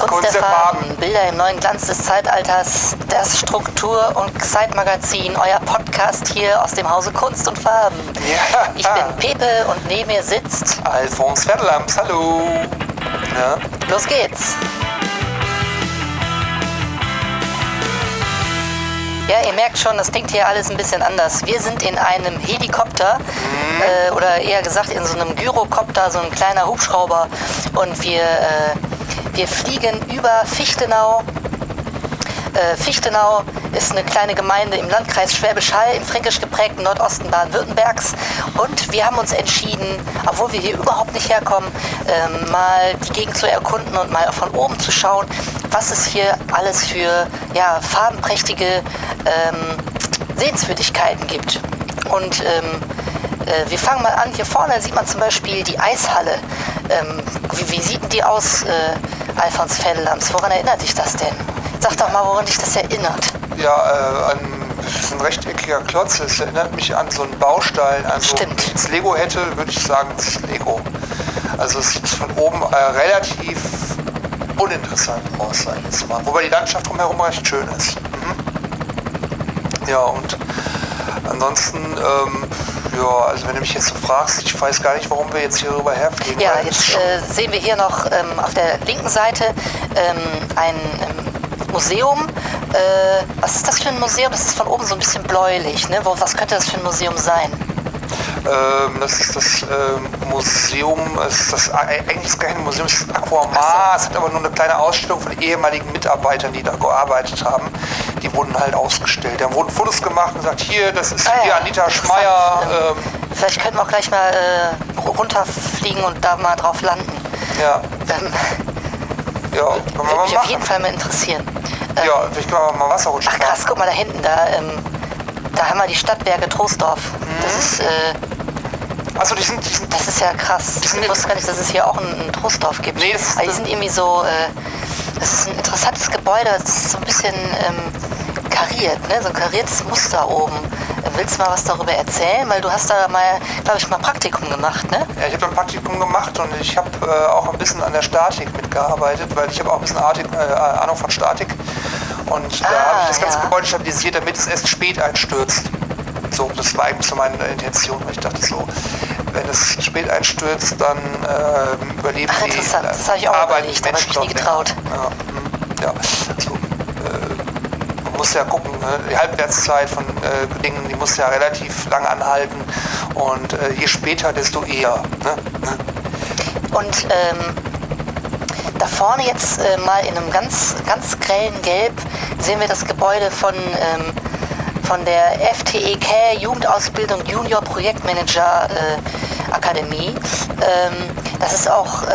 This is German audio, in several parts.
Kunst der Farben. Bilder im neuen Glanz des Zeitalters, das Struktur- und Zeitmagazin, euer Podcast hier aus dem Hause Kunst und Farben. Ja. Ich bin Pepe und neben mir sitzt. Alfons Ferdlamps, hallo. Ne? Los geht's! Ja, ihr merkt schon, das klingt hier alles ein bisschen anders. Wir sind in einem Helikopter äh, oder eher gesagt in so einem Gyrokopter, so ein kleiner Hubschrauber. Und wir, äh, wir fliegen über Fichtenau. Äh, Fichtenau ist eine kleine Gemeinde im Landkreis Schwäbisch Hall im fränkisch geprägten Nordosten Baden-Württembergs. Und wir haben uns entschieden, obwohl wir hier überhaupt nicht herkommen, ähm, mal die Gegend zu erkunden und mal von oben zu schauen, was es hier alles für ja, farbenprächtige ähm, Sehenswürdigkeiten gibt. Und ähm, äh, wir fangen mal an. Hier vorne sieht man zum Beispiel die Eishalle. Ähm, wie, wie sieht denn die aus, äh, Alfons Fellams? Woran erinnert dich das denn? Sag doch mal, woran dich das erinnert. Ja, äh, an, das ist ein rechteckiger Klotz. Es erinnert mich an so einen Baustein. Also, wenn Stimmt. ich es Lego hätte, würde ich sagen, es ist Lego. Also es sieht von oben äh, relativ uninteressant aus, sag ich jetzt mal. Wobei die Landschaft drumherum recht schön ist. Mhm. Ja, und ansonsten, ähm, ja, also wenn du mich jetzt so fragst, ich weiß gar nicht, warum wir jetzt hier rüber herfliegen. Ja, weil es jetzt schon- äh, sehen wir hier noch ähm, auf der linken Seite ähm, ein ähm, Museum. Äh, was ist das für ein Museum? Das ist von oben so ein bisschen bläulich. Ne? Wo, was könnte das für ein Museum sein? Ähm, das ist das ähm, Museum, es ist das äh, eigentlich ist es kein Museum, es ist Aquamar, Ach es hat aber nur eine kleine Ausstellung von ehemaligen Mitarbeitern, die da gearbeitet haben. Die wurden halt ausgestellt. Da wurden Fotos gemacht und gesagt, hier, das ist Ah hier ja, Anita interessant. Schmeier. Ähm, Vielleicht könnten wir auch gleich mal äh, runterfliegen und da mal drauf landen. ja, Ähm, ja, kann man würde mal mich auf jeden machen. Fall mal interessieren. Ähm, Ja, vielleicht können wir mal Wasserrutschen Ach krass, guck mal da hinten, da, ähm, da haben wir die Stadtwerke Troisdorf. Mhm. Das ist, äh, machen. Achso, die sind, die sind das ist ja krass. sind Ich wusste gar nicht, dass es hier auch ein, ein Troisdorf gibt. Nee, das ist- Aber die sind irgendwie so, äh, das ist ein interessantes Gebäude, das ist so ein bisschen ähm, kariert, ne? so ein kariertes Muster oben. Äh, Willst du mal was darüber erzählen? Weil du hast da mal, glaube ich, mal Praktikum gemacht, ne? Ja, ich habe ein Praktikum gemacht und ich habe äh, auch ein bisschen an der Statik mitgearbeitet, weil ich habe auch ein bisschen Artik, äh, Ahnung von Statik. Und da Ah, habe ich das ganze ja. Gebäude stabilisiert, damit es erst spät einstürzt. So, das war eigentlich so meine Intention, weil ich dachte so, wenn es spät einstürzt, dann äh, überleben Ach, die interessant. äh, Das habe ich auch arbeiten die überlegt, aber hab ich Menschen nie dort getraut. länger. Ja, hm, ja. So, äh, man muss ja gucken, ne? die Halbwertszeit von äh, Dingen, die muss ja relativ lang anhalten und äh, je später, desto eher. Ne? Und ähm, da vorne jetzt äh, mal in einem ganz, ganz grellen Gelb sehen wir das Gebäude von, ähm, von der FTEK Jugendausbildung Junior Projektmanager äh, Akademie. Ähm, das ist auch, äh,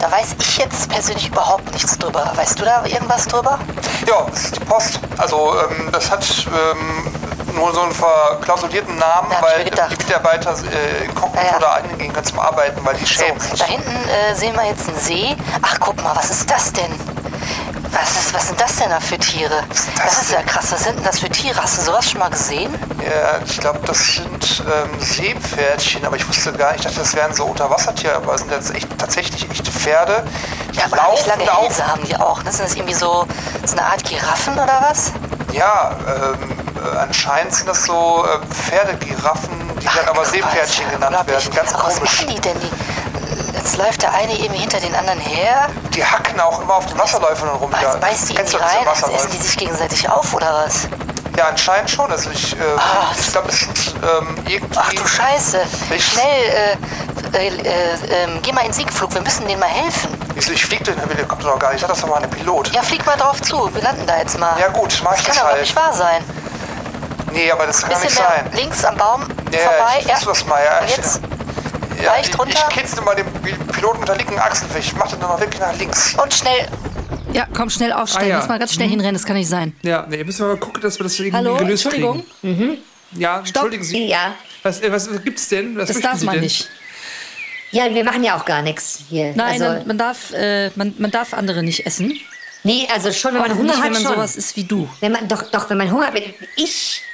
da weiß ich jetzt persönlich überhaupt nichts drüber. Weißt du da irgendwas drüber? Ja, das ist die Post. Also ähm, das hat ähm, nur so einen verklausulierten Namen, Ja, hab ich mir weil gedacht. die Mitarbeiter äh, in Cockpit Ja, ja. oder eingehen können zum Arbeiten, weil die So, schämen da sich. hinten äh, sehen wir jetzt einen See. Ach, guck mal, was ist das denn? Was, ist, was sind das denn da für Tiere? ist das Das ist ja krass. Was sind denn das für Tiere? Hast du sowas schon mal gesehen? Ja, Äh, ich glaube, das sind ähm, Seepferdchen, aber ich wusste gar nicht, ich dachte, das wären so Unterwassertiere, aber es sind jetzt echt, tatsächlich echte Pferde. Die Ja, aber nicht lange da auf- Hälse haben die auch. ne? Sind das irgendwie so, so eine Art Giraffen oder was? Ja, ähm, äh, anscheinend sind das so äh, Pferdegiraffen, die dann aber guck mal, Seepferdchen ist ja genannt unglaublich. werden. Ganz aber was komisch. machen die denn? Die, jetzt läuft der eine eben hinter den anderen her, Die hacken auch immer auf den Wasserläufen rum. beißt, ja. beißt die in Kennst die du diese rein, also Wasserläufe? essen die sich gegenseitig auf oder was? Ja, anscheinend schon. Also ich, äh, Ah. ich glaube, es sind ähm, irgendwie... Ach du Scheiße, Ich- schnell, äh, äh, äh, ähm, geh mal in den Siegflug, wir müssen denen mal helfen. Wieso, ich flieg den Helikopter doch gar nicht. Ich dachte, das war mal ein Pilot. Ja, flieg mal drauf zu, wir landen da jetzt mal. Ja gut, mach das ich kann das doch halt. nicht wahr sein. Nee, aber das kann Bisschen nicht mehr sein. links am Baum Ja, vorbei. ich muss was mal, ja, Und ich- jetzt Ja, leicht ich, runter. ich kitzle mal den Pi- Piloten unter linken Achsen. Ich mach den dann mal wirklich nach links. und schnell Ja, komm, schnell aufstellen. Ah, ja. Mhm. Muss mal ganz schnell hinrennen, das kann nicht sein. Ja, nee, müssen wir mal gucken, dass wir das irgendwie Hallo, gelöst Entschuldigung. kriegen. Ja, entschuldigen Sie. Ja. Was, äh, was gibt's denn? Was Das möchten darf Sie man denn? nicht. Ja, wir machen ja auch gar nichts hier. Nein, also, man, man, darf, äh, man, man darf andere nicht essen. nee, also schon, wenn man Auch Hunger nicht, hat, wenn man schon. sowas ist wie du. Wenn man, doch, doch, wenn man Hunger hat, wenn ich, Ich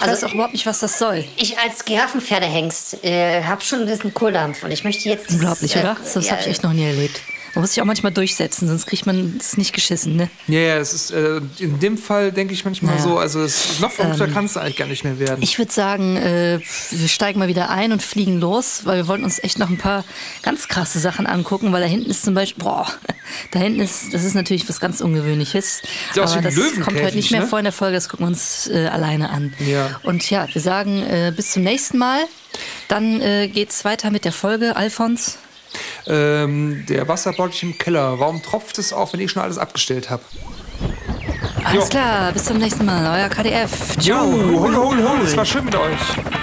weiß also auch überhaupt nicht, was das soll. ich als Giraffenpferdehengst äh, habe schon diesen Kohldampf und ich möchte jetzt... dieses, Unglaublich, äh, oder? Das ja, habe ich echt noch nie erlebt. Man muss sich auch manchmal durchsetzen, sonst kriegt man es nicht geschissen, ne? Ja, ja, es ist äh, in dem Fall denke ich manchmal Ja. Ähm. so, also es, noch verrückter kannst kann es eigentlich gar nicht mehr werden. Ich würde sagen, äh, wir steigen mal wieder ein und fliegen los, weil wir wollten uns echt noch ein paar ganz krasse Sachen angucken, weil da hinten ist zum Beispiel, boah, da hinten ist, das ist natürlich was ganz Ungewöhnliches. Sieht aus wie ein das kommt heute Löwenkäfig, nicht mehr ne? vor in der Folge, das gucken wir uns äh, alleine an. Ja. Und ja, wir sagen äh, bis zum nächsten Mal. Dann äh, geht's weiter mit der Folge, Alfons. Ähm, der Wasserbottich im Keller, warum tropft es auf, wenn ich schon alles abgestellt habe? Alles klar, bis zum nächsten Mal, euer KDF. Ciao. Oh, hol, hol, hol, es war schön mit euch.